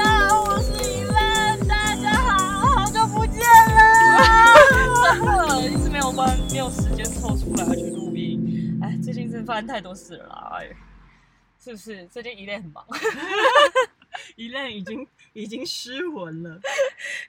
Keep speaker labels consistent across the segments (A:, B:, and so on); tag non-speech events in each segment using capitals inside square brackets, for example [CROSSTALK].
A: [LAUGHS] 后出来要去录音。哎，最近真的发生太多事了啦，哎，是不是？最近一类很忙，
B: [LAUGHS]
A: [LAUGHS]
B: 一类已经已经失魂了。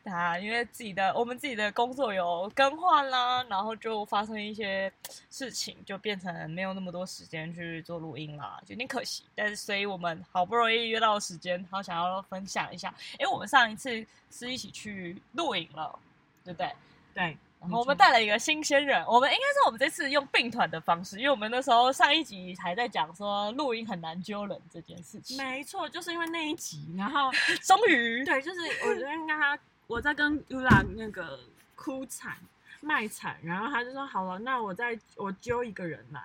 A: 对啊，因为自己的我们自己的工作有更换啦，然后就发生一些事情，就变成没有那么多时间去做录音啦，就有点可惜。但是，所以我们好不容易约到时间，好想要分享一下，因为我们上一次是一起去露营了，对不对？
B: 对，
A: 然后我们带了一个新鲜人，我们应该是我们这次用并团的方式，因为我们那时候上一集还在讲说录音很难揪人这件事情。
B: 没错，就是因为那一集，然后
A: 终于，
B: 对，就是我昨天跟他，我在跟 Ula 那个哭惨卖惨，然后他就说好了，那我再我揪一个人来，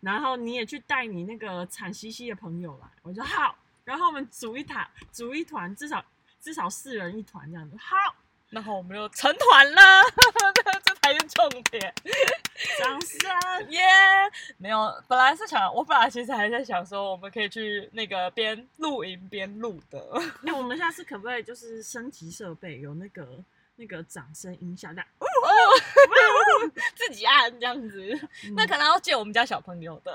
B: 然后你也去带你那个惨兮兮的朋友来，我说好，然后我们组一团，组一团，至少至少四人一团这样子，好，
A: 然后我们就成团了， [LAUGHS] 这才是重点。
B: 掌声，
A: [LAUGHS] 耶、没有，本来是想，我本来其实还在想说，我们可以去那个边露营边录的。 [LAUGHS]
B: 哎、我们下次可不可以就是升级设备，有那个那个掌声音效这样？
A: 自己按这样子，那可能要借我们家小朋友的，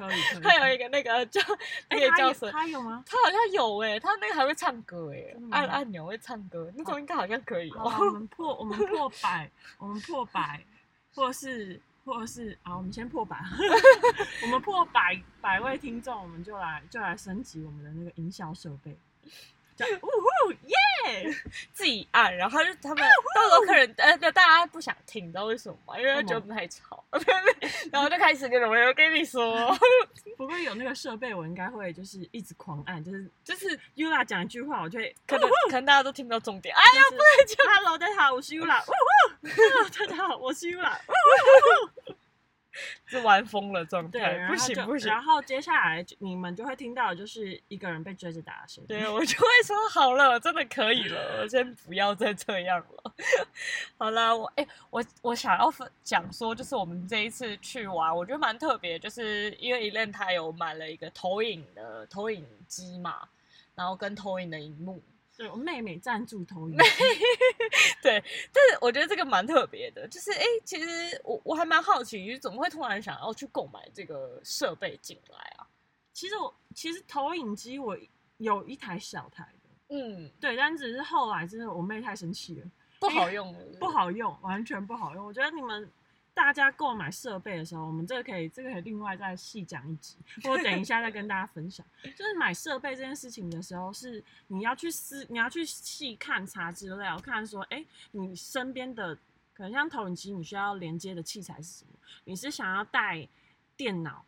B: 嗯可以嗯可
A: [LAUGHS]
B: 以，
A: 他有一
B: 个，
A: 个那个叫那
B: 哎、
A: 个
B: 他
A: 叫
B: 有
A: 什么？
B: 他有吗？
A: 他好像有哎、他那个还会唱歌哎、
B: 真的吗
A: 按按钮会唱歌，那种应该好像可以
B: 好
A: 哦、
B: 啦我们破，我们破百，我们破百，或是或是啊，我们先破百， [LAUGHS] 我们破百百位听众，我们就来就来升级我们的那个音效设备。就呜呼耶！
A: [LAUGHS] 自己按，然后他就他
B: [LAUGHS]
A: 们到时候客人呃，大家不想听，你知道为什么吗？因为他觉得我们太吵， [LAUGHS] 然后就开始那种，我跟你说， [LAUGHS]
B: 不过有那个设备，我应该会就是一直狂按，就是
A: 就是
B: Yula 讲一句话，
A: [LAUGHS]
B: 我就会
A: 可能可能大家都听不到重点，哎
B: 哎
A: 呀，
B: 呀，不能讲。Hello，大家好，我是 Yula。呜呼 [LAUGHS] 大家好，我是 Yula。
A: 是玩疯了状
B: 对，
A: 态，哎
B: 然
A: 不
B: 后
A: 行
B: 就
A: 不行。
B: 然后接下来就你们就会听到，就是一个人被追着打的声音。
A: 对，哦我就会说好了，真的可以了，先不要再这样了。 [LAUGHS] 好啦，我哎、我我想要分讲说，就是我们这一次去玩，我觉得蛮特别，就是因为 e l e n 他有买了一个投影的投影机嘛，然后跟投影的荧幕，
B: 对我妹妹赞助投
A: [LAUGHS]
B: 影，
A: 但是我觉得这个蛮特别的，就是哎、诶其实我我还蛮好奇，就是怎么会突然想要去购买这个设备进来啊？
B: 其实我其实投影机我有一台小台的，
A: 嗯，
B: 对，但只是后来真的我妹太生气了，
A: 不好用，
B: 不。好用，完全不好用。我觉得你们大家购买设备的时候，我们这个可以这个可以另外再细讲一集，我等一下再跟大家分享。 [LAUGHS] 就是买设备这件事情的时候，是你要去思，你要去细看查资料，看说，哎、你身边的可能像投影机，你需要连接的器材是什么？你是想要带电脑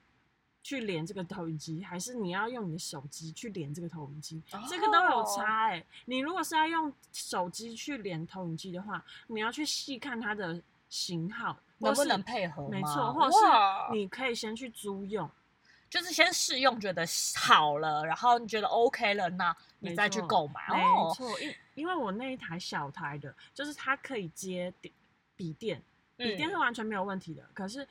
B: 去连这个投影机，还是你要用你的手机去连这个投影机？这个都
A: 哦
B: 有差哎、你如果是要用手机去连投影机的话，你要去细看它的型号，或
A: 能不
B: 是
A: 能配合吗？
B: 没错，或者
A: 哇哦
B: 是你可以先去租用，
A: 就是先试用，觉得好了，然后你觉得 OK 了，那你再去购买
B: 没
A: 哦。
B: 错，因因为我那一台小台的，就是它可以接笔笔电，笔电是
A: 嗯
B: 完全没有问题的，可是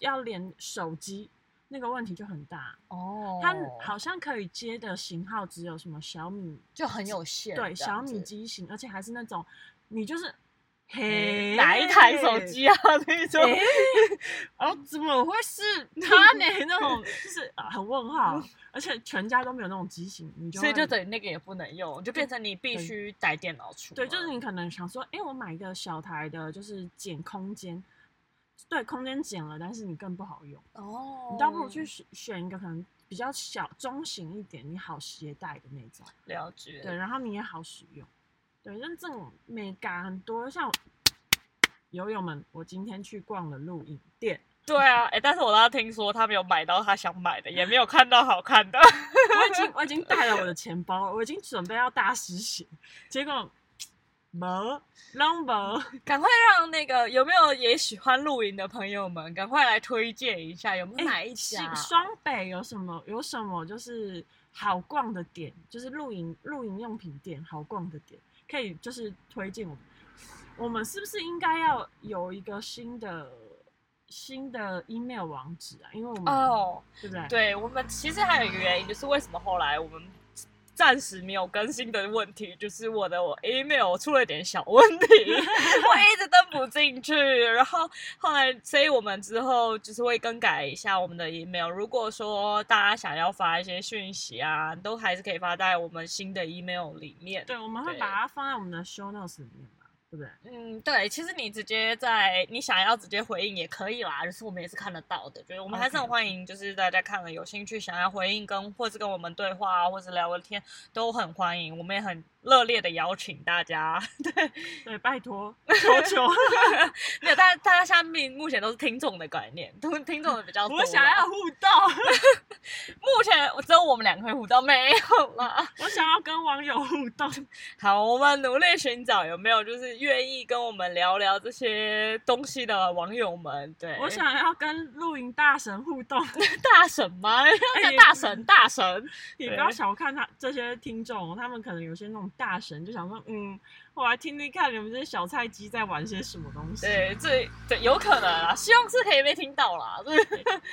B: 要连手机那个问题就很大。
A: 哦，
B: 它好像可以接的型号只有什么小米，
A: 就很有限这样
B: 对，
A: 子。
B: 小米机型，而且还是那种你就是
A: 嗯
B: 嘿
A: 哪一台手机啊？ [LAUGHS] 那种
B: 哎哦，怎么会
A: [LAUGHS]
B: 是他呢？那种就是啊很问号，而且全家都没有那种机型，你就
A: 嗯所以就
B: 会
A: 等于那个也不能用，就变成你必须带电脑出门。
B: 对，就是你可能想说，哎、我买一个小台的，就是减空间，对，空间减了，但是你更不好用，
A: 哦，
B: 你倒不如去选选一个可能比较小、中型一点，你好携带的那种，
A: 了解。
B: 对，然后你也好使用，对，像这种美感很多，像我友友们，我今天去逛了录影店，
A: 对啊，哎，但是我当时听说他没有买到他想买的，也没有看到好看的。
B: 我已经我已经带了我的钱包了，我已经准备要大失血，结果没 number
A: 赶快让那个有没有也喜欢露营的朋友们，赶快来推荐一下，有没有哪一
B: 是
A: 家？
B: 哎双北有什么有什么就是好逛的点，就是露营露营用品店好逛的点，可以就是推荐我们。我们是不是应该要有一个新的新的 email 网址啊？因为我们、
A: 哦。
B: 对不对？
A: 对我们其实还有一个原因，就是为什么后来我们暂时没有更新的问题，就是我的我 email 出了点小
B: [LAUGHS]
A: 问题，我一直登不进去。然后后来，所以我们之后就是会更改一下我们的 email。如果说大家想要发一些讯息啊，都还是可以发在我们新的 email 里面。
B: 对，我们会
A: 对
B: 把它放在我们的 show notes 里面吧，对不对？
A: 嗯，对，其实你直接在你想要直接回应也可以啦，就是我们也是看得到的，就是我们还是很
B: OK，OK
A: 欢迎，就是大家看了有兴趣想要回应跟或是跟我们对话啊，或是聊个天都很欢迎，我们也很热烈的邀请大家。 [LAUGHS] 对，
B: 对，
A: [LAUGHS]
B: 拜托，求求，
A: 没有，大家大家下面目前都是听众的概念，都是听众的比较多啦。
B: 我想要互动，
A: 目前只有我们两个会互动，没有啦。
B: 我想要跟网友互动。
A: 好，我们努力寻找有没有就是愿意跟我们聊聊这些东西的网友们。对，
B: 我想要跟露营大神互动，哎
A: 大神吗？叫 [LAUGHS]
B: 也
A: 大神，大神。
B: 也不
A: 对
B: 要小看他这些听众哦，他们可能有些那种大神就想说，嗯，我来听听看你们这些小菜鸡在玩些什么东西。
A: [LAUGHS] 对，这对有可能啦，希望是可以被听到啦。 [LAUGHS] 对，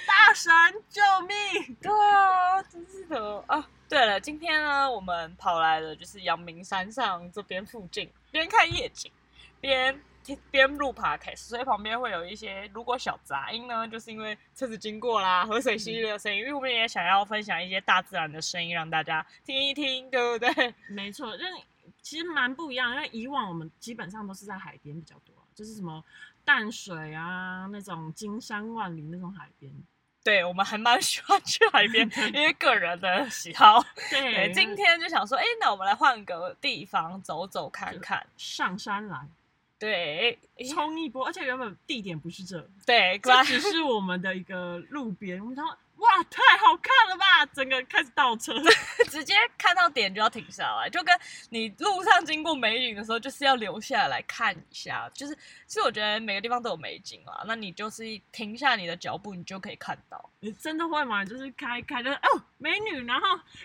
B: 大神救命！ [LAUGHS]
A: 对啊，真是的啊。对了，今天呢，我们跑来了就是阳明山上这边附近，边看夜景，边听边录 podcast，所以旁边会有一些如果小杂音呢，就是因为车子经过啦、河水溪的声音，因为我们也想要分享一些大自然的声音，让大家听一听，对不对？
B: 没错，就是其实蛮不一样，因为以往我们基本上都是在海边比较多，就是什么淡水啊那种金山万里那种海边。
A: 对，我们还蛮喜欢去海边，因为个人的喜好。对，
B: 对，
A: 今天就想说，哎、那我们来换个地方走走看看。
B: 上山来
A: 对，诶
B: 冲一波，而且原本地点不是这，
A: 对，
B: 这
A: 关
B: 只是我们的一个路边。我们想说，哇，太好看了吧！整个开始倒车。
A: 直接看到点就要停下来，就跟你路上经过美景的时候，就是要留下来看一下。就是，其实我觉得每个地方都有美景啦，那你就是停下你的脚步，你就可以看到。
B: 你真的会吗？就是开开就是哦，美女，然后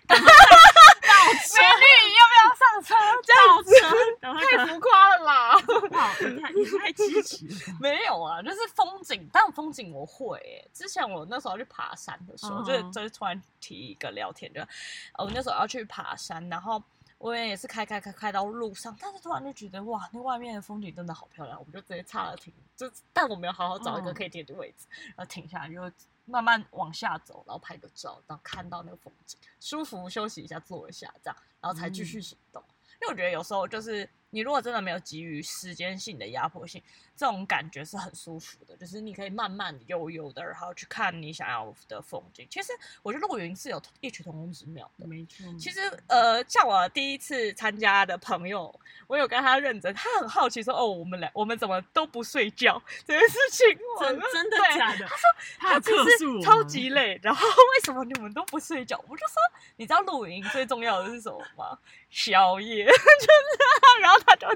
B: 赶快倒车
A: 美，女，要不要上车？这
B: 倒
A: 样子
B: 车，然后
A: 太浮夸了啦！
B: 哇，你太你太积极
A: [LAUGHS]
B: 了。
A: 没有啊，就是风景，但风景我会、欸。之前我那时候去爬山的时候，
B: 嗯哼
A: 就是就是突然提一个聊天，就呃我那时候要去爬山，然后我也是开开开开到路上，但是突然就觉得哇，那外面的风景真的好漂亮，我们就直接岔了停，就但我没有好好找一个
B: 嗯
A: 可以停的位置，然后停下来就慢慢往下走，然后拍个照，然后看到那个风景，舒服休息一下，坐一下这样，然后才
B: 嗯
A: 继续行动。因为我觉得有时候就是你如果真的没有给予时间性的压迫性，这种感觉是很舒服的，就是你可以慢慢悠悠的，然后去看你想要的风景。其实我觉得露营是有异曲同工之妙的。
B: 没错，
A: 其实，呃，像我第一次参加的朋友，我有跟他认真，他很好奇说：“哦，我们俩我们怎么都不睡觉这件事情？”我
B: 真
A: 说
B: 真的
A: 对
B: 假的？他说
A: 他
B: 他
A: 其
B: 克诉
A: 实
B: 我
A: 超
B: 们
A: 级累，然后为什么你们都不睡觉？我就说，你知道露营最重要的是什么吗？宵夜， [LAUGHS] 就是，然后他就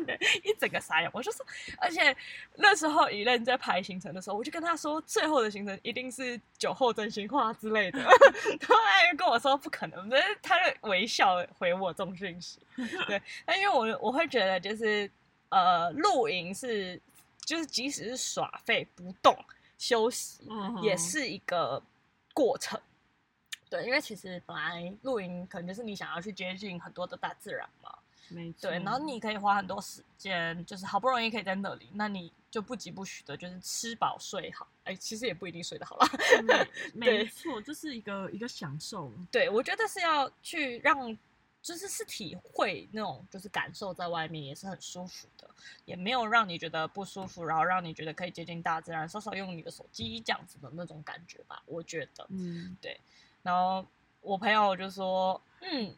A: 一整个傻眼。我就说，而且那时候一任在排行程的时候，我就跟他说，最后的行程一定是酒后真心话之类的。 [LAUGHS] 他还跟我说不可能，但是他就微笑回我这种讯息。对，但因为我我会觉得就是呃，露营是就是即使是耍废不动休息，
B: 嗯
A: 也是一个过程。对，因为其实本来露营可能就是你想要去接近很多的大自然嘛，
B: 没错。
A: 对，然后你可以花很多时间，就是好不容易可以在那里，那你就不疾不徐的，就是吃饱睡好。哎，其实也不一定睡得好啦。 [LAUGHS]
B: 没
A: 对
B: 没错，这是一个一个享受。
A: 对，我觉得是要去让，就是是体会那种就是感受在外面也是很舒服的，也没有让你觉得不舒服，然后让你觉得可以接近大自然，稍稍用你的手机这样子的那种感觉吧，我觉得。
B: 嗯，
A: 然后我朋友就说，嗯，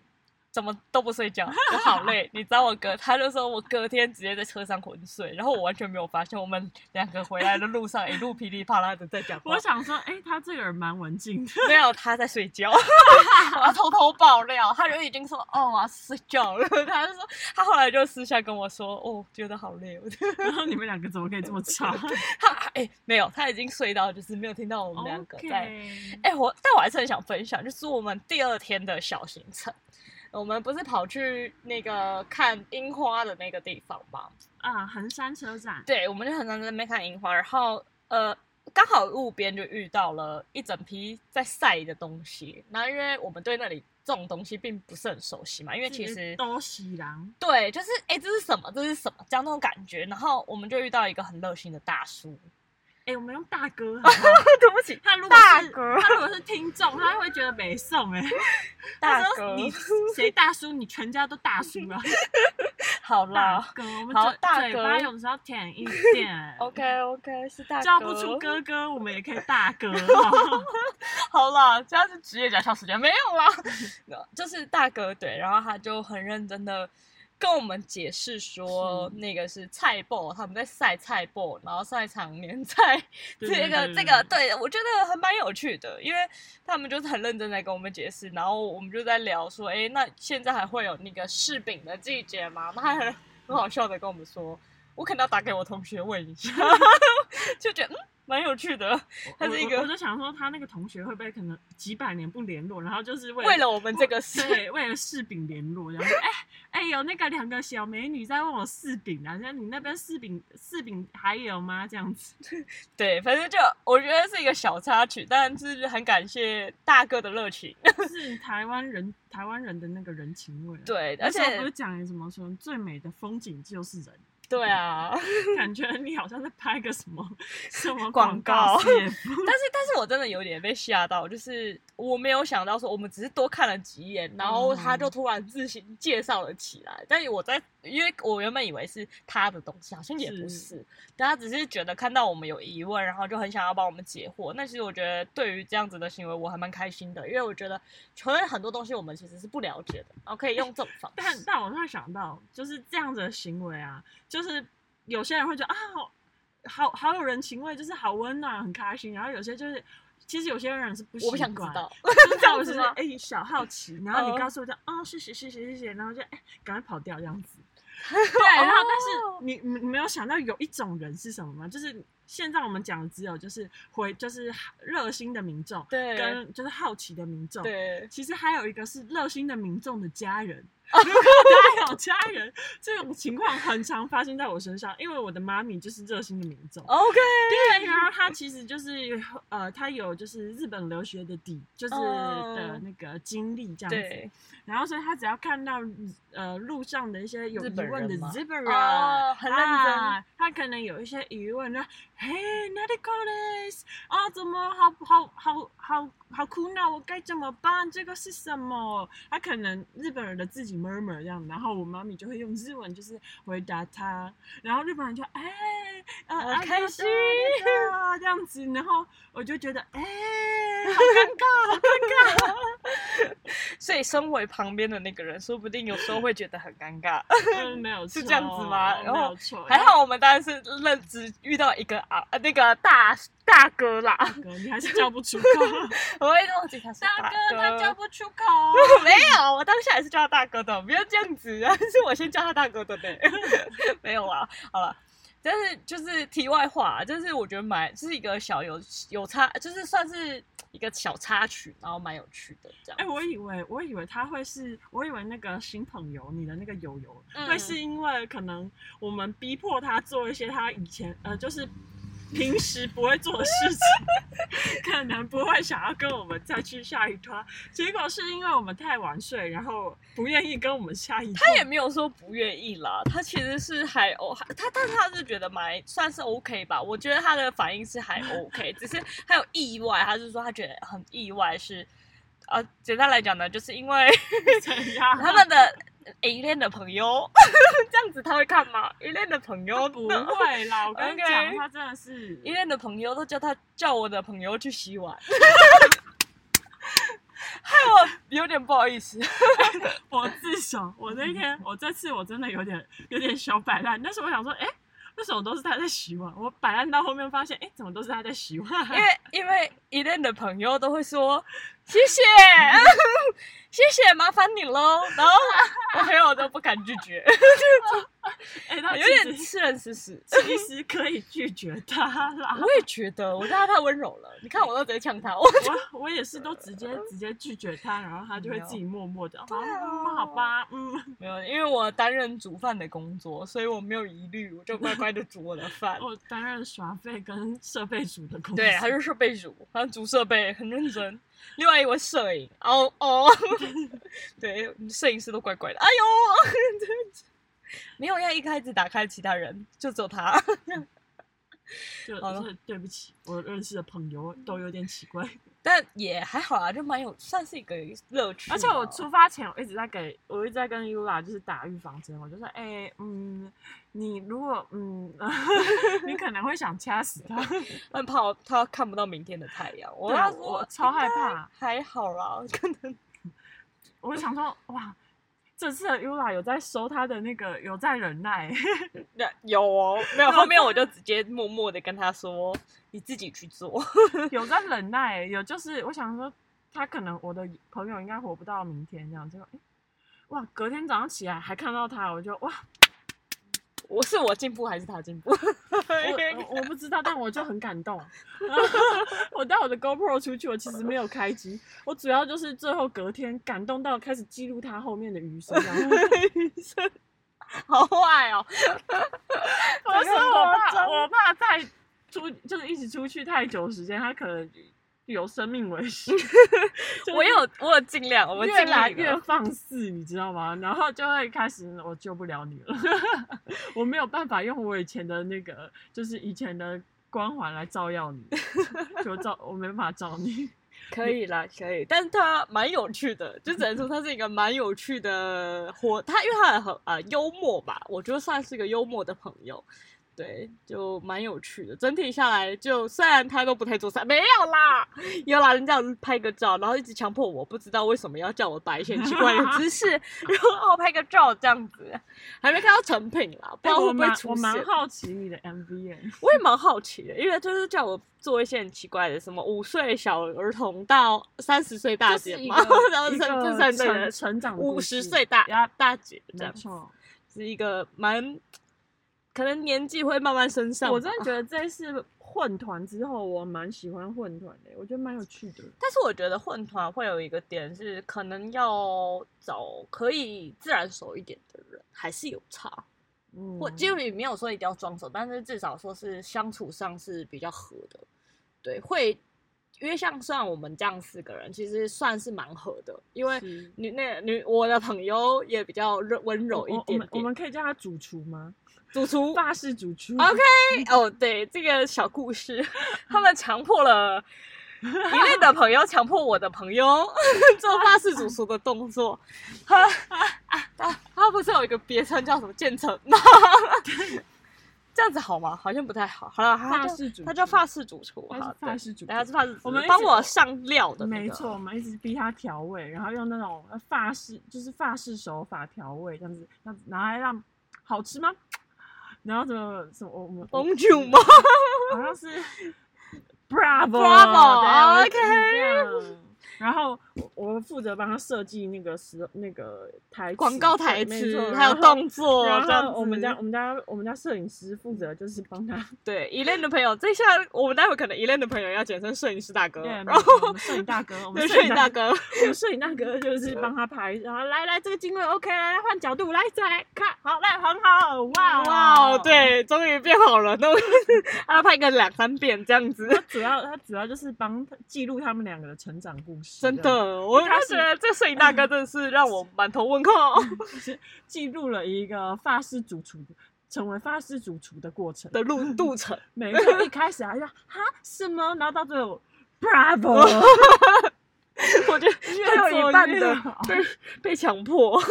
A: 怎么都不睡觉，我好累。 [LAUGHS] 你知道我隔，他就说我隔天直接在车上昏睡，然后我完全没有发现，我们两个回来的路上一路噼里啪啦的在讲话
B: 我，想说，哎，他这个人蛮文静
A: [LAUGHS]
B: 的。
A: 没有他在睡
B: [LAUGHS]
A: 觉，我要偷偷爆料，他就已经说，哦，我要睡觉了。 [LAUGHS] 他就说，他后来就私下跟我说，哦，觉得好累哦。 [LAUGHS]
B: 然后你们两个怎么可以这么吵
A: 他哎、没有，他已经睡到就是没有听到我们两个在。
B: ？OK，
A: 哎、我但我还是很想分享，就是我们第二天的小行程，我们不是跑去那个看樱花的那个地方吗？
B: 啊，横山车站。
A: 对，我们就很常在那边看樱花，然后呃，刚好路边就遇到了一整批在晒的东西，然后因为我们对那里这种东西并不是很熟悉嘛，因为其实
B: 都喜狼，
A: 对，就是哎、诶这是什么？这是什么？这样那种感觉。然后我们就遇到一个很热心的大叔，
B: 哎、我们用大哥好不好
A: [LAUGHS] 对不起，
B: 他如果是
A: 大哥
B: 他如果是听众，他会觉得没送哎、
A: 大
B: 他说
A: 哥，
B: 你谁大叔？你全家都大叔
A: [LAUGHS]
B: 了。
A: 好
B: 大
A: 啦
B: 哥，我们
A: 好
B: 嘴
A: 大
B: 嘴
A: 哥
B: 巴有时候舔一点
A: [LAUGHS] ，OK OK，是大哥，
B: 叫不出哥哥，我们也可以大
A: [LAUGHS]
B: 哥。哦
A: 好啦，这样是职业假笑时间没有 [LAUGHS] 啦，呃就是大哥对，然后他就很认真的跟我们解释说，
B: 是
A: 那个是菜爆，他们在晒菜爆，然后 [LAUGHS] 晒长年菜，
B: 对
A: 这
B: 对
A: 个这
B: 对对
A: 个对我觉得还蛮有趣的，因为他们就是很认真在跟我们解释，然后我们就在聊说，哎，那现在还会有那个柿饼的季节吗？那他还很好笑的跟我们说，我可能要打给我同学问一下， [LAUGHS] 就觉得嗯蛮有趣的，他是一
B: 我我
A: 个
B: 我就想说，他那个同学会不会可能几百年不联络，然后就是为
A: 为了我们这个事。
B: [LAUGHS] 对为了柿饼联络，然后说哎哎、有那个两个小美女在问我柿饼啊，那你那边柿饼柿饼还有吗？这样子，
A: 对，反正就我觉得是一个小插曲，但是很感谢大哥的热情。
B: 是台湾人台湾人的那个人情味
A: [LAUGHS]
B: 啊。
A: 对， [LAUGHS]
B: 那
A: 而
B: 时候不是
A: 且
B: 讲什么说最美的风景就是人， [LAUGHS]
A: 对啊， [LAUGHS]
B: 感觉你好像在拍个什么什么
A: 广
B: 告
A: 告
B: CF
A: 但是但是我真的有点被吓到，就是我没有想到说我们只是多看了几眼，然后他就突然自行介绍了起来。但是我在因为我原本以为是他的东西，好像也不是，
B: 是
A: 但他只是觉得看到我们有疑问，然后就很想要帮我们解惑。那其实我觉得对于这样子的行为，我还蛮开心的，因为我觉得承认很多东西我们其实是不了解的，然后可以用这种方式。
B: 但但我突然想到，就是这样子的行为啊，就是有些人会觉得啊，好好好有人情味，就是好温暖，很开心。然后有些就是，其实有些人是不
A: 我不
B: 习
A: 想知
B: 惯，
A: 道，
B: 就是
A: [LAUGHS] 这
B: 这
A: 样
B: 我
A: 子
B: 是
A: 吗
B: [LAUGHS] 哎、小好奇，然后
A: 嗯
B: 你告诉我就啊、谢谢谢谢谢谢，然后就哎赶、快跑掉这样
A: [LAUGHS]
B: 子。对，然后
A: 哦
B: 但是你你你没有想到有一种人是什么吗？就是现在我们讲的只有就是回就是热心的民众，
A: 对
B: 跟就是好奇的民众，
A: 对，
B: 其实还有一个是热心的民众的家人。
A: [LAUGHS]
B: 如果他有家人，这种情况很常发生在我身上，因为我的妈咪就是热心的民众。
A: OK，
B: 对，然后她其实就是呃，她有就是日本留学的底，就是
A: 哦
B: 的那个经历这样子。
A: 对，
B: 然后所以她只要看到呃路上的一些有
A: 日
B: 疑
A: 本
B: 问的
A: 人吗
B: 日本人，
A: 哦很认真
B: 啊她可能有一些疑问，那嘿，哪里 c this？啊，怎么好好好好好苦恼，我该怎么办？这个是什么？他可能日本人的自己 murmur 这样，然后我妈咪就会用日文就是回答他，然后日本人就哎，呃，
A: 好
B: 啊
A: 开
B: 对
A: 心
B: 对对这样子，然后我就觉得哎，好尴尬，好尴尬。
A: 所以身为旁边的那个人，说不定有时候会觉得很尴尬。 [LAUGHS]
B: 嗯，没有
A: 是
B: 错
A: 这样子吗然
B: 没
A: 后
B: 有错，
A: 还好我们当然是认知遇到一个啊呃那个大大哥啦， [LAUGHS]
B: 哥，你还是叫不出口，
A: 我会跟我警察说
B: 大哥
A: 哥，
B: 他叫不出口。
A: [LAUGHS] 没有，我当下也是叫他大哥的，不要这样子，啊是我先叫他大哥 [LAUGHS] 的呢。没有啊，好了。但是就是题外话，就是我觉得蛮，就是一个小有有插，就是算是一个小插曲，然后蛮有趣的这样。
B: 哎、我以为我以为他会是，我以为那个新朋友，你的那个友友、
A: 嗯
B: 会是因为可能我们逼迫他做一些他以前呃，就是平时不会做的事情， [LAUGHS] 可能不会想要跟我们再去下一团。结果是因为我们太晚睡，然后不愿意跟我们下一
A: 他
B: 团。
A: 也没有说不愿意啦，他其实是还哦，他但是他是觉得蛮算是 OK 吧，我觉得他的反应是还 OK，只是还有意外，他是说他觉得很意外是，呃，简单来讲呢，就是因为
B: 怎样？
A: 他们的 A 恋的朋友啊 [LAUGHS] 啊这样子他会看吗？A 恋的朋友
B: 他不会啦，我跟你讲
A: OK
B: 他真的是
A: A 恋的朋友都叫他叫我的朋友去洗碗， [LAUGHS] 害我有点不好意思。
B: 我自首，我那天我这次我真的有点有点小摆烂，但是我想说，哎、为什么都是他在洗碗？我摆烂到后面发现，哎、怎么都是他在洗碗？
A: 因为因为 Elen 的朋友都会说，谢谢， [LAUGHS] 谢谢，麻烦你喽。 [LAUGHS] 然后我朋友都不敢拒绝，
B: 哎、他
A: 有
B: 其
A: 点
B: 实
A: 吃人吃屎。
B: 其实可以拒绝他啦。
A: 我也觉得，我觉得他太温柔了。你看，我都直接呛他。 [LAUGHS] 我
B: 我我也是都直接直接拒绝他，然后他就会自己默默的，好、
A: 啊
B: 好吧，嗯，
A: 没有，因为我担任煮饭的工作，所以我没有疑虑，我就乖乖的煮我的饭。
B: 我担任耍费跟设备组的工作，
A: 对，他就是被煮，他煮设备很认真。另外一位摄影，哦哦， [LAUGHS] 对，摄影师都怪怪的。哎呦， [LAUGHS] 没有要一开始打开其他人，就只有他。 [LAUGHS]
B: 就
A: 好了
B: 就是对不起，我认识的朋友都有点奇怪，
A: 但也还好啊，就蛮有，算是一个乐趣啊。
B: 而且我出发前我一直在给我一直在跟 Yula 就是打预防针，我就说，哎、嗯，你如果嗯， [LAUGHS] 你可能会想掐死他， [LAUGHS]
A: 很怕我他看不到明天的太阳。我
B: 对啊
A: 要
B: 我我超害怕，
A: 还好啦，可能
B: 我就想说，哇。这次的 Yula 有在收他的那个，有在忍耐， [LAUGHS]
A: 那 [LAUGHS] 有哦，没有。后面我就直接默默的跟他说：“你自己去做。 [LAUGHS]
B: 有在忍耐，有就是我想说，他可能我的朋友应该活不到明天这样，结果、诶哇，隔天早上起来还看到他，我就哇，
A: 我是我进步还是他进步？
B: [LAUGHS] 我我我不知道，但我就很感 [LAUGHS] 动。我带我的 GoPro 出去，我其实没有开机，我主要就是最后隔天感动到开始记录他后面的余生，然 [LAUGHS] 后
A: [LAUGHS] 好坏哦，
B: 我
A: 整
B: 说
A: 个很
B: 我
A: 夸张
B: 怕我怕太出就是一起出去太久时间，他可能有生命危 [LAUGHS] 险。
A: 我有我有尽量，我
B: 越
A: 尽
B: 来
A: 力
B: 越
A: 了。
B: 放肆，你知道吗？然后就会开始我救不了你了， [LAUGHS] 我没有办法用我以前的那个，就是以前的光环来照耀你，就照我没办法照你。
A: 可以啦，可以。但是他蛮有趣的，就只能说他是一个蛮有趣的活。他因为他很啊、幽默吧，我觉得算是个幽默的朋友。对，就蛮有趣的。整体下来就，虽然他都不太做菜，没有啦，有啦，人家有拍个照，然后一直强迫我，不知道为什么要叫我摆一些很奇怪的姿势， [LAUGHS] 然后哦拍个照这样子，还没看到成品啦，不知
B: 哎
A: 道会
B: 我
A: 不会
B: 蛮
A: 出
B: 我
A: 现。
B: 蛮好奇你的 MV
A: [LAUGHS]
B: 耶，
A: 我也蛮好奇的，因为就是叫我做一些很奇怪的，什么五岁小儿童到三十岁大姐嘛， [LAUGHS] 然后
B: 一
A: 甚
B: 个
A: 至甚
B: 成
A: 至
B: 成长的
A: 五
B: 故
A: 十
B: 事
A: 岁大
B: 呀，
A: 大姐这
B: 没
A: 样，
B: 错。
A: 是一个蛮可能年纪会慢慢升上吧。
B: 我真的觉得这次混团之后，我蛮喜欢混团的，我觉得蛮有趣的。
A: 但是我觉得混团会有一个点是，可能要找可以自然熟一点的人，还是有差。
B: 嗯，
A: 或就也没有说一定要装熟，但是至少说是相处上是比较合的，对，会因为像算我们这样四个人，其实算是蛮合的，因为
B: 是
A: 女那女我的朋友也比较热温柔一
B: 我我
A: 点
B: 们我
A: 点，
B: 们可以叫他主厨吗？
A: 主厨
B: 法式主厨。
A: OK 哦，对这个小故事，他们强迫了一类的朋友强迫我的朋友 [LAUGHS] 做巴士主厨的动作，他他他不是有一个别称叫什么建成吗？ [LAUGHS] 这样子好吗？好像不太好。好了，他
B: 法
A: 叫
B: 式主厨
A: 他叫法式主厨，
B: 他
A: 好
B: 是
A: 对
B: 法式主厨
A: 对他是法式主厨，
B: 我们一直
A: 帮我上料的那个，
B: 没错，我们一直逼他调味，然后用那种呃法式，就是法式手法调味，这样子，这样子，然后还让好吃吗？然后怎么什么我们我
A: ，Bonjour 吗？
B: 好
A: [LAUGHS]
B: 像是 Bravo
A: Bravo，啊
B: 对我就是这样然后我我负责帮他设计那个时那个台词
A: 广告台
B: 对没
A: 词
B: 错
A: 还有
B: 然后
A: 动作，
B: 然
A: 这样
B: 后我们
A: 子
B: 家我们家我们家摄影师负责就是帮他，
A: 对一类的朋友，这下我们待会可能一类的朋友要简称摄影师大哥，
B: 对，
A: 然
B: 没
A: 后
B: 错我们摄影大哥，我们
A: 对
B: 摄
A: 摄
B: 影
A: 影
B: 大
A: 大
B: 哥。
A: 哥。
B: 我
A: [LAUGHS]
B: 们摄影大哥就是帮他拍，然后来来这个镜位 OK，来来换角度，来再来看，好来很好，哇
A: 哇哦，， [LAUGHS] 对，终于变好了，都 [LAUGHS] 还要拍个两三遍这样子，
B: 主要他主要就是帮他记录他们两个的成长故事，啊
A: 真
B: 这样
A: 的，我就
B: 开始
A: 觉得这摄影大哥真的是让我满头问 [LAUGHS] 号
B: 记录了一个发式主厨成为发式主厨的过程。
A: 的路路 [LAUGHS] 程。
B: 每个人一开始还说哈什么，然后到最后
A: [LAUGHS]
B: Bravo，
A: 我觉得他有一半的 [LAUGHS] 被被强迫，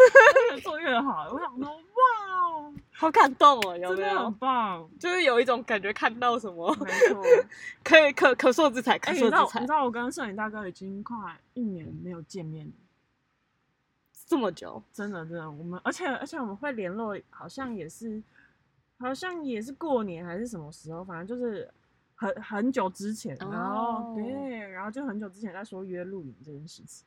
B: 越做越好，我想说哇，
A: 好感动哦，有
B: 真
A: 没
B: 的
A: 有
B: 很？
A: [LAUGHS]
B: 棒，
A: 就是有一种感觉，看到什么
B: 没错。
A: 可以可可塑之才，
B: 哎、
A: 可
B: 你
A: 塑
B: 知道
A: 之
B: 你
A: 才
B: 知，道我跟摄影大哥已经快一年没有见面了。
A: 这么久，
B: 真的真的，我们而且而且我们会联络，好像也是，好像也是过年还是什么时候，反正就是很很久之前，然
A: 哦
B: 后、对，然后就很久之前在说约露营这件事情，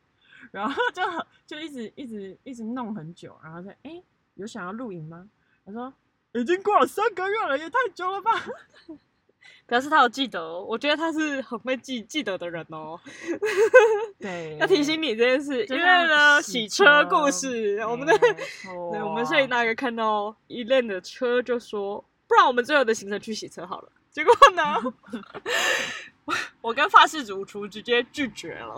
B: 然后就很就一直一直一直弄很久，然后说哎、诶有想要露营吗？我说已经过了三个月了，也太
A: [LAUGHS]
B: 久了吧？
A: 表示他有记得哦，我觉得他是很会记记得的人哦。
B: 对，
A: 要提醒你这件事，
B: 就
A: 因为
B: 像
A: 呢，
B: 洗
A: 洗车嗯故事，
B: 没
A: 我们的 [LAUGHS]
B: 错，
A: 对，我们所以那个看到一辆的车就说，不然我们最后的行程去洗车好了。结果呢， [LAUGHS] 我跟发饰主厨直接拒绝了，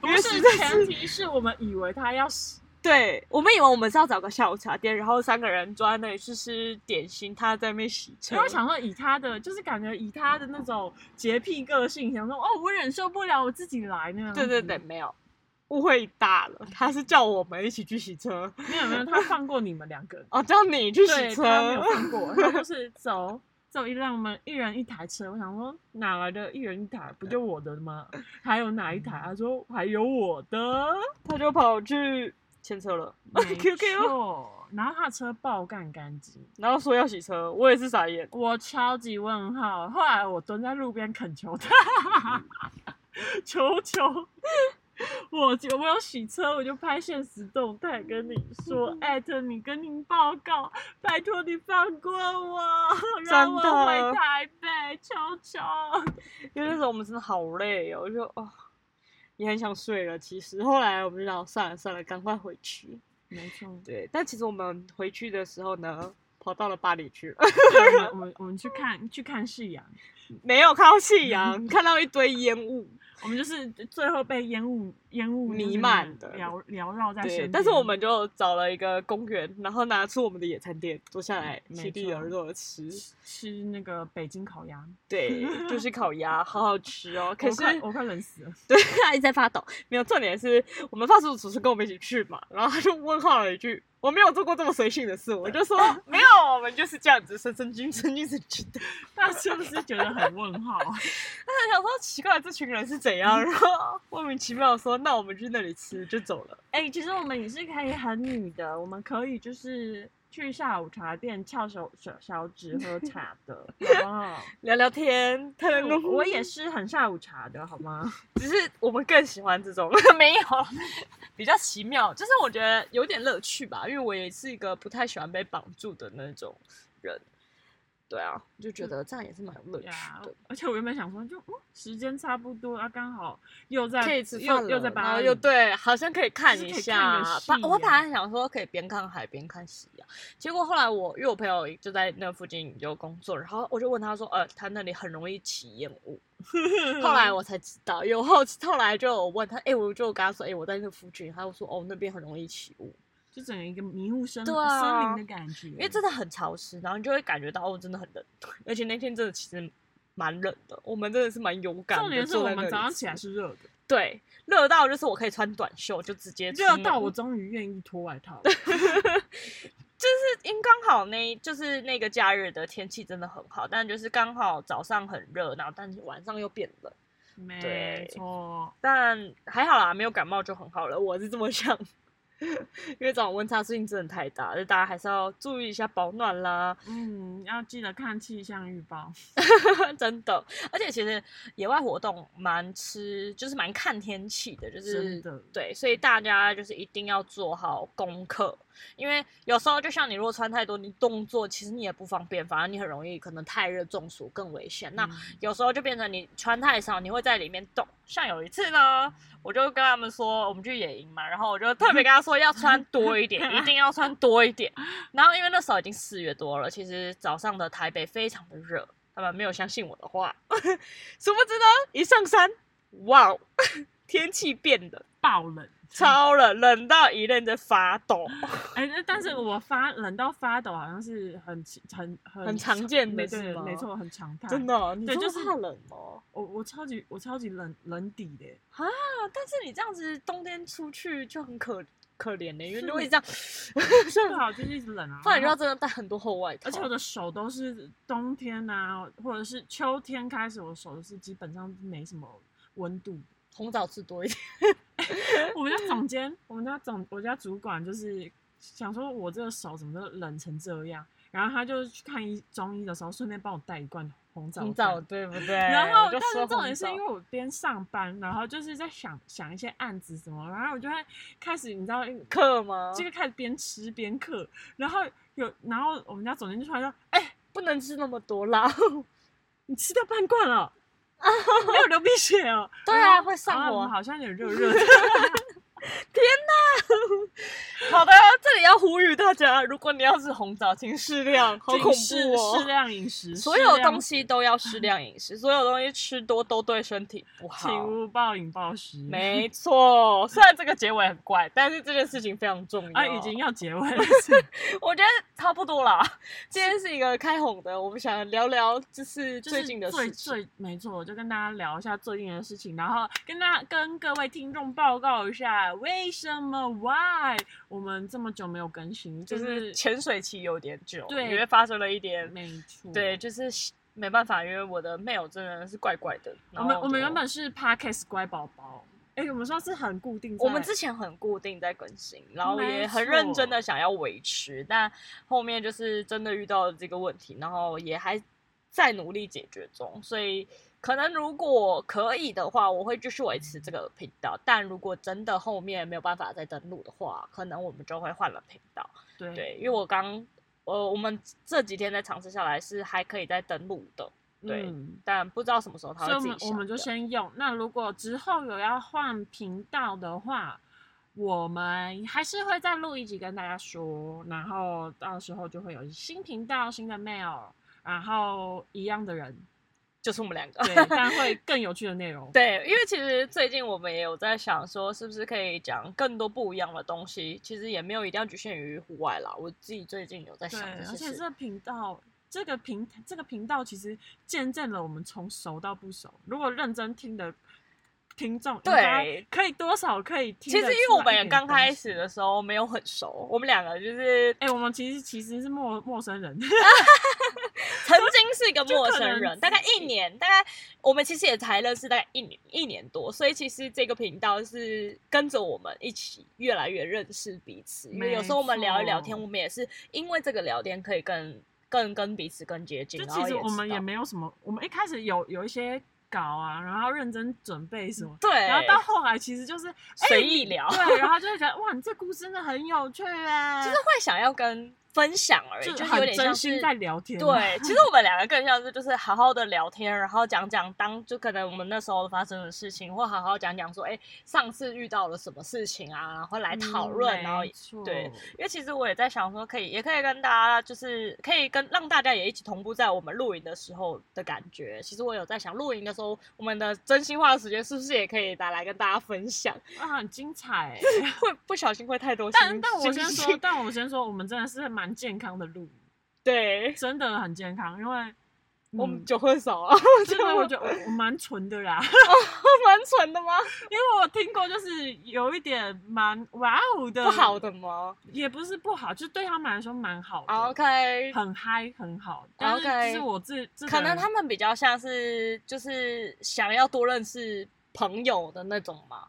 B: 不
A: [LAUGHS] 因为
B: 是
A: 实在
B: 前提是我们以为他要洗
A: 对我们以为我们是要找个下午茶店，然后三个人坐在那里吃吃点心，他在那边洗车
B: 因为。我想说，以他的就是感觉以他的那种洁癖个性，想说哦，我忍受不了，我自己来那样。
A: 对对对，，没有，误会大了，他是叫我们一起去洗车，，
B: 没有没有，他放过你们两个
A: [LAUGHS] 哦，叫你去洗
B: 对他没有
A: 车，
B: 放过，他就是走走一辆我们一人一台车。我想说哪来的一人一台？不就我的吗？还有哪一台？他说还有我的，
A: [LAUGHS] 他就跑去牵车了
B: 没
A: ，QQ，
B: 错然后他的车爆干干净。
A: 然后说要洗车，我也是傻眼。
B: 我超级问号。后来我蹲在路边恳求他，求求我有没有洗车，我就拍现实动态跟你说，艾特你，跟您报告，拜托你放过我，让我
A: 真的
B: 回台北，求求。
A: 因为那时候我们真的好累哦，我就哦，也很想睡了。其实后来我们就想算了算了，赶快回去。
B: 没 [LAUGHS] 错，
A: 对，但其实我们回去的时候呢，跑到了巴黎去了， [LAUGHS]
B: 对我们 [LAUGHS] 我们我们去看去看夕阳，
A: 没有看到夕阳，看到一堆烟
B: [LAUGHS]
A: 雾。
B: 我们就是最后被烟雾烟雾就是
A: 弥漫的
B: 缭缭绕在身
A: 对，
B: 边。
A: 但是我们就找了一个公园，然后拿出我们的野餐垫，坐下来
B: 嗯没
A: 席地而
B: 错
A: 坐的吃。
B: 吃那个北京烤鸭，
A: 对，就是烤鸭，好好吃哦。可
B: [LAUGHS] 我
A: 是
B: 快我快冷死了。
A: 对，他一直在发抖。没有，重点是我们发叔叔是跟我们一起去嘛，然后他就问号了一句：“我没有做过这么随性的事。”我就
B: [LAUGHS]
A: 说：“没有，我们就是这样子，神神经神经神经的。 [LAUGHS]
B: [LAUGHS] 那是不是觉得很问号 [LAUGHS] 啊？”
A: 他想说奇怪，这群人是怎样？然后莫名其妙地说：“那我们去那里吃，就走了。
B: 哎、其实我们也是可以很女的，我们可以就是去下午茶店翘手小小指喝茶
A: [LAUGHS]
B: 的，好不好？”
A: 聊聊天，特别
B: 我我也是很下午茶的，好吗？
A: 只是我们更喜欢这种 [LAUGHS] 没有比较奇妙，就是我觉得有点乐趣吧，因为我也是一个不太喜欢被绑住的那种人。对啊，就觉得这样也是蛮有乐趣
B: [LAUGHS] 嗯对啊
A: 的。，
B: 而且我原本想说就，嗯、时间差不多啊，刚好又在
A: 可以吃饭
B: 又
A: 了，
B: 又在
A: 然
B: 巴
A: 后
B: 黎
A: 又对，好像可以看
B: 就是
A: 一
B: 可以
A: 下
B: 看个。戏啊
A: 把我本
B: 呀
A: 来想说可以边看海边看夕阳，结果后来我因为我朋友就在那附近有工作，然后我就问他说，呃，他那里很容易起烟雾。 [LAUGHS] 后来我才知道，有后后来就有问他，哎、我就跟他说，哎、我在那附近，他就说，哦，那边很容易起雾，
B: 就整个一个迷雾森、
A: 对啊
B: 森林的感觉，
A: 因为真的很潮湿，然后你就会感觉到哦，真的很冷，而且那天真的其实蛮冷的，我们真的是蛮勇敢的。
B: 重点是
A: 坐
B: 我
A: 在那
B: 们
A: 里
B: 早上起来
A: 吃
B: 是热的，
A: 对热到就是我可以穿短袖就直接
B: 热
A: 出
B: 到
A: 门
B: 我终于愿意脱
A: [LAUGHS]
B: 外套了。
A: 就是因刚好那，就是那个假日的天气真的很好，但就是刚好早上很热，然后但是晚上又变冷，
B: 没
A: 对
B: 错，
A: 但还好啦，没有感冒就很好了，我是这么想。 [LAUGHS] 因为这种温差最近真的太大，就大家还是要注意一下保暖啦，
B: 嗯，要记得看气象预报。
A: [LAUGHS] 真的。而且其实野外活动蛮吃，就是蛮看天气的，就
B: 真
A: 是
B: 的
A: 对，所以大家就是一定要做好功课，因为有时候就像你如果穿太多，你动作其实你也不方便，反而你很容易可能太热中暑更危险。那
B: 嗯
A: 有时候就变成你穿太少，你会在里面动。像有一次呢，我就跟他们说，我们去野营嘛，然后我就特别跟他说要穿多一点，一定要穿多一点。然后因为那时候已经四月多了，其实早上的台北非常的热，他们没有相信我的话， [LAUGHS] 殊不知呢，一上山，哇，哦，天气变冷，
B: 爆冷，
A: 超冷，冷到一愣在发抖，
B: 哎、那但是我发冷到发抖，好像是很奇很很
A: 很常见的
B: 没
A: 事
B: 对，
A: 吗
B: 没错，很常态。
A: 真，的哦，你
B: 对
A: 真的
B: 就是
A: 怕冷哦。
B: 我我超级我超级冷冷底
A: [LAUGHS]
B: 的耶，
A: 啊，但是你这样子冬天出去就很可可怜的、因为
B: 是
A: 如果你这
B: [LAUGHS]
A: 样，
B: 最好就是一直冷啊。
A: 不然你就要
B: 然后
A: 真的带很多厚外套。
B: 而且我的手都是冬天啊，或者是秋天开始，我手是基本上没什么温度。
A: 红枣吃多一点，
B: 我们家总监，我们家总我家主管就是想说，我这个手怎么都冷成这样。然后他就去看医中医的时候，顺便帮我带一罐红枣
A: 红
B: 酱
A: 枣 [LAUGHS] 对不对？
B: 然后
A: 哎我，就
B: 但是
A: 说
B: 重
A: 红
B: 点是
A: 枣
B: 因为我边上班，然后就是在想想一些案子什么，然后我就会开始，你知道，
A: 课吗？
B: 这个开始边吃边嗑，然后有，然后我们家总监就突然说：“哎、
A: 不能吃那么多 [LAUGHS] 啦。
B: 你吃掉半罐了，你没有流鼻血哦。”
A: [LAUGHS] 对啊
B: 然后
A: 会上
B: 啊
A: 火
B: 嗯好像有
A: [LAUGHS]
B: 点热热的。
A: 好的，这里要呼吁大家，如果你要吃红枣，请适量，好恐怖
B: 适
A: 哦。
B: 量饮食，
A: 所
B: 适
A: 有
B: 量
A: 东，西都要适量饮食，所有东西吃多都对身体不好。
B: 请勿暴饮暴食。
A: [LAUGHS] 没错，虽然这个结尾很怪，但是这件事情非常重要。
B: [LAUGHS] 啊，已经要结尾
A: [LAUGHS]
B: 了，
A: 我觉得差不多啦。今天是一个开红的，我们想聊聊就是
B: 就是
A: 最近的
B: 最
A: 事情。
B: 最没错，我就跟大家聊一下最近的事情，然后跟大跟各位听众报告一下，为什么 why 我们这么久没有更新，就
A: 就是
B: 是
A: 潜水期有点久，
B: 对
A: 因为发生了一点，
B: 没错，
A: 对，。就是没办法，因为我的 mail 真的是怪怪的。
B: 我们
A: 然后
B: 哦我们
A: 就
B: 原本是 podcast 乖宝宝，哎、我们说是很固定在，
A: 我们之前很固定在更新，然后也
B: 没
A: 很认真的想要维持，但后面就是真的遇到了这个问题，然后也还在努力解决中，所以可能如果可以的话，我会继续维持这个频道，但如果真的后面没有办法再登录的话，可能我们就会换了频道。
B: 对
A: 对，因为我刚呃，我们这几天再尝试下来是还可以再登录的，对
B: 嗯
A: 但不知道什么时候它
B: 所
A: 会
B: 以我
A: 自
B: 们
A: 己
B: 我们
A: 下
B: 就
A: 架
B: 先用。那如果之后有要换频道的话，我们还是会再录一集跟大家说，然后到时候就会有新频道、新的 mail，然后一样
A: [LAUGHS]
B: 的人，
A: 就是我们两个。
B: 对，但会更有趣的内容。
A: [LAUGHS] 对，因为其实最近我们也有在想说，是不是可以讲更多不一样的东西。其实也没有一定要局限于户外啦。我自己最近有在
B: 对
A: 想这，些
B: 而且
A: 事。
B: 这频道。这个平这个频道其实见证了我们从熟到不熟。如果认真听的听众，应该
A: 对
B: 可以多少可以听
A: 其
B: 得
A: 实因
B: 出来一点东西。
A: 为我们也刚开始的时候没有很熟，我们两个就是
B: 哎、我们其实其实是陌陌生人，
A: 曾经是一个
B: 就
A: 陌
B: 可
A: 生
B: 能
A: 人，
B: 自
A: 大概一年，大概我们其实也才认识大概一年一年多，所以其实这个频道是跟着我们一起越来越认识彼此，因为有时候我们聊一聊天，
B: 没错
A: 我们也是因为这个聊天可以更更跟彼此更接近，
B: 就
A: 然
B: 其
A: 后
B: 实
A: 也
B: 我们
A: 知道
B: 也没有什么，我们一开始有有一些稿啊，然后认真准备什么，
A: 嗯对，
B: 然后到后来其实就是哎
A: 随意哦聊，
B: 对，然后就
A: [LAUGHS]
B: 会觉得哇，你这故事真的很有趣哎，
A: 就是会想要跟分享而已，
B: 就
A: 就是有
B: 很
A: 点像
B: 真
A: 是
B: 心在聊天，，
A: 对，其实我们两个更像是就是好好的聊天，然后讲讲当就可能我们那时候发生的事情，或好好讲讲说，哎，上次遇到了什么事情啊，然后来讨论，然后
B: 嗯没
A: 因
B: 错
A: 对为其实我也在想说，可以也可以跟大家就是可以跟让大家也一起同步在我们露营的时候的感觉。其实我有在想，露营的时候我们的真心话时间是不是也可以拿来跟大家分享？ [LAUGHS]
B: 啊，很精彩哎。
A: 会不小心会太多心，
B: 但但我
A: 心
B: 先
A: 心
B: 说，但我先说，我们真的是蛮健康的路，
A: 对，
B: 真的很健康，因为。
A: [LAUGHS] 我们
B: 嗯
A: 酒喝少啊，
B: 真的，我觉得我我蛮纯的
A: [LAUGHS]
B: 啦，[LAUGHS]
A: 蛮蠢的吗？
B: 因为我听过，就是有一点蛮哇哦的，
A: 不好的吗
B: 也不是不好，就对他们来说蛮好的
A: 哦？OK，
B: 很嗨，很好。但是
A: OK
B: 就是我自自
A: 可能他们比较像是就是想要多认识朋友的那种嘛。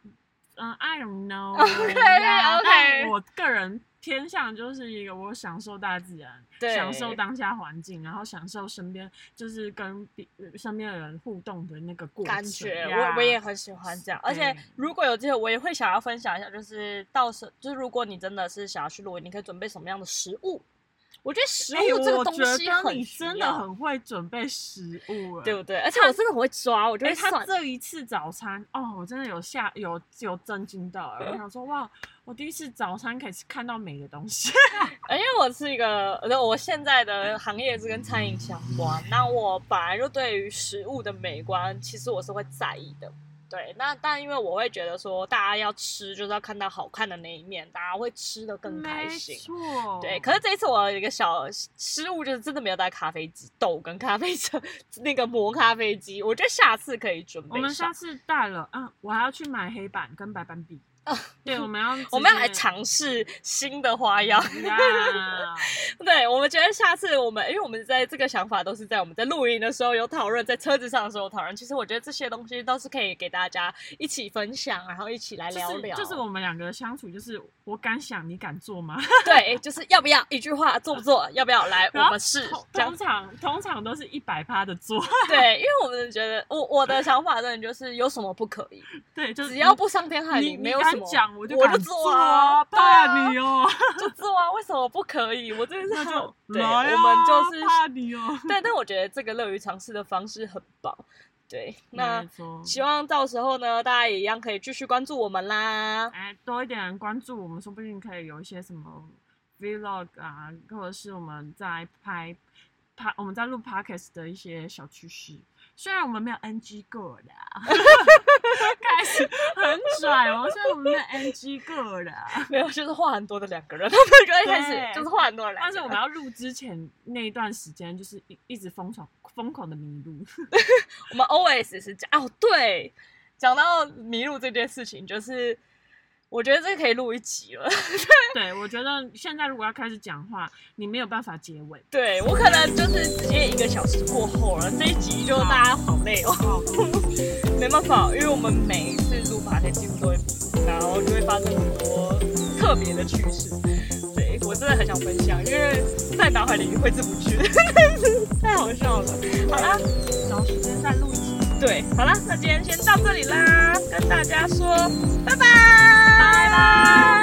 B: 嗯，I don't know
A: [LAUGHS]
B: 呀。
A: OK，OK
B: 但我个人偏向就是一个我享受大自然，
A: 对
B: 享受当下环境，然后享受身边就是跟比身边的人互动的那个过程
A: 感觉
B: 呀
A: 我我也很喜欢这样，而且
B: 对
A: 如果有机会，我也会想要分享一下，就是到时就是如果你真的是想要去露营，你可以准备什么样的食物？我觉得食
B: 哎
A: 物这个
B: 我
A: 东
B: 觉
A: 西
B: 得
A: 很
B: 你
A: 需
B: 真的
A: 要
B: 很会准备食物，欸
A: 对不对？而且我真的很会抓，我就
B: 哎、
A: 会
B: 他
A: 算。
B: 这一次早餐哦，我真的有吓有有震惊到、哎我想说哇，我第一次早餐可以看到美的东西，
A: 因为我是一个，呃我现在的行业是跟餐饮相关，那我本来就对于食物的美观，其实我是会在意的。对，那但因为我会觉得说，大家要吃就是要看到好看的那一面，大家会吃的更开
B: 没
A: 心。
B: 错，
A: 对，可是这一次我有一个小失误，就是真的没有带咖啡机豆跟咖啡车那个磨咖啡机，我觉得下次可以准备
B: 我们
A: 上
B: 嗯下次带了啊，我还要去买黑板跟白板笔，对，我
A: [LAUGHS]
B: 们要
A: 我们要来
B: 直接
A: 尝试新的花样。 [LAUGHS]
B: 呀，
A: 对，我们觉得下次我们，因为我们在这个想法都是在我们在露营的时候有讨论，在车子上的时候有讨论。其实我觉得这些东西都是可以给大家一起分享，然后一起来聊聊。
B: 就是，就是我们两个相处，就是我敢想，你敢做吗？
A: 对，就是要不要一句话做不做，要不要来，我
B: 然后
A: 们试
B: 通
A: 这样
B: 通。常通常都是一百趴的做，
A: 对，因为我们觉得我我的想法真的就是有什么不可以，
B: 对，就是
A: 只要不伤天害
B: 你
A: 理，
B: 你
A: 没有
B: 敢
A: 什么
B: 讲，我
A: 我
B: 就我
A: 做
B: 啊，
A: 对啊
B: 怕你哦，
A: [LAUGHS] 就做啊，为什么不可以？我真的是
B: 那就
A: 对，我
B: 来
A: 们
B: 啊
A: 就是
B: 怕
A: [LAUGHS]
B: 你哦，
A: 但但我觉得这个乐于尝试的方式很棒。对，那
B: 没错
A: 希望到时候呢，大家也一样可以继续关注我们
B: [LAUGHS]
A: 啦。
B: 哎，多一点人关注我们，说不定可以有一些什么 vlog 啊，或者是我们在拍拍我们在录 podcast 的一些小趣事。虽然我们没有 NG 过的啊， [LAUGHS] 开始很拽哦。虽然我们没有 NG 过的啊，
A: [LAUGHS] 没有，就是话很多的两个人，他 [LAUGHS] 们就一开
B: 对
A: 始就是话很多的两
B: 但
A: 个人。
B: 是我们要录之前那一段时间，就是一一直疯狂疯狂的迷路。
A: 我们 always 是讲哦，对，讲到迷路这件事情，就是我觉得这个可以录一集了。
B: 对，我觉得现在如果要开始讲话，你没有办法结尾。
A: 对我可能就是直接一个小时过后了，这一集就大家好累哦，
B: 哦，
A: [LAUGHS] 没办法，因为我们每一次录法的几乎都会迷路，然后就会发生很多特别的趣事。对我真的很想分享，因为在脑海里挥之不去， [LAUGHS] 太好笑了。好啦，
B: 找时间再录一集。
A: 对，好啦，那今天先到这里啦，跟大家说拜拜，拜拜。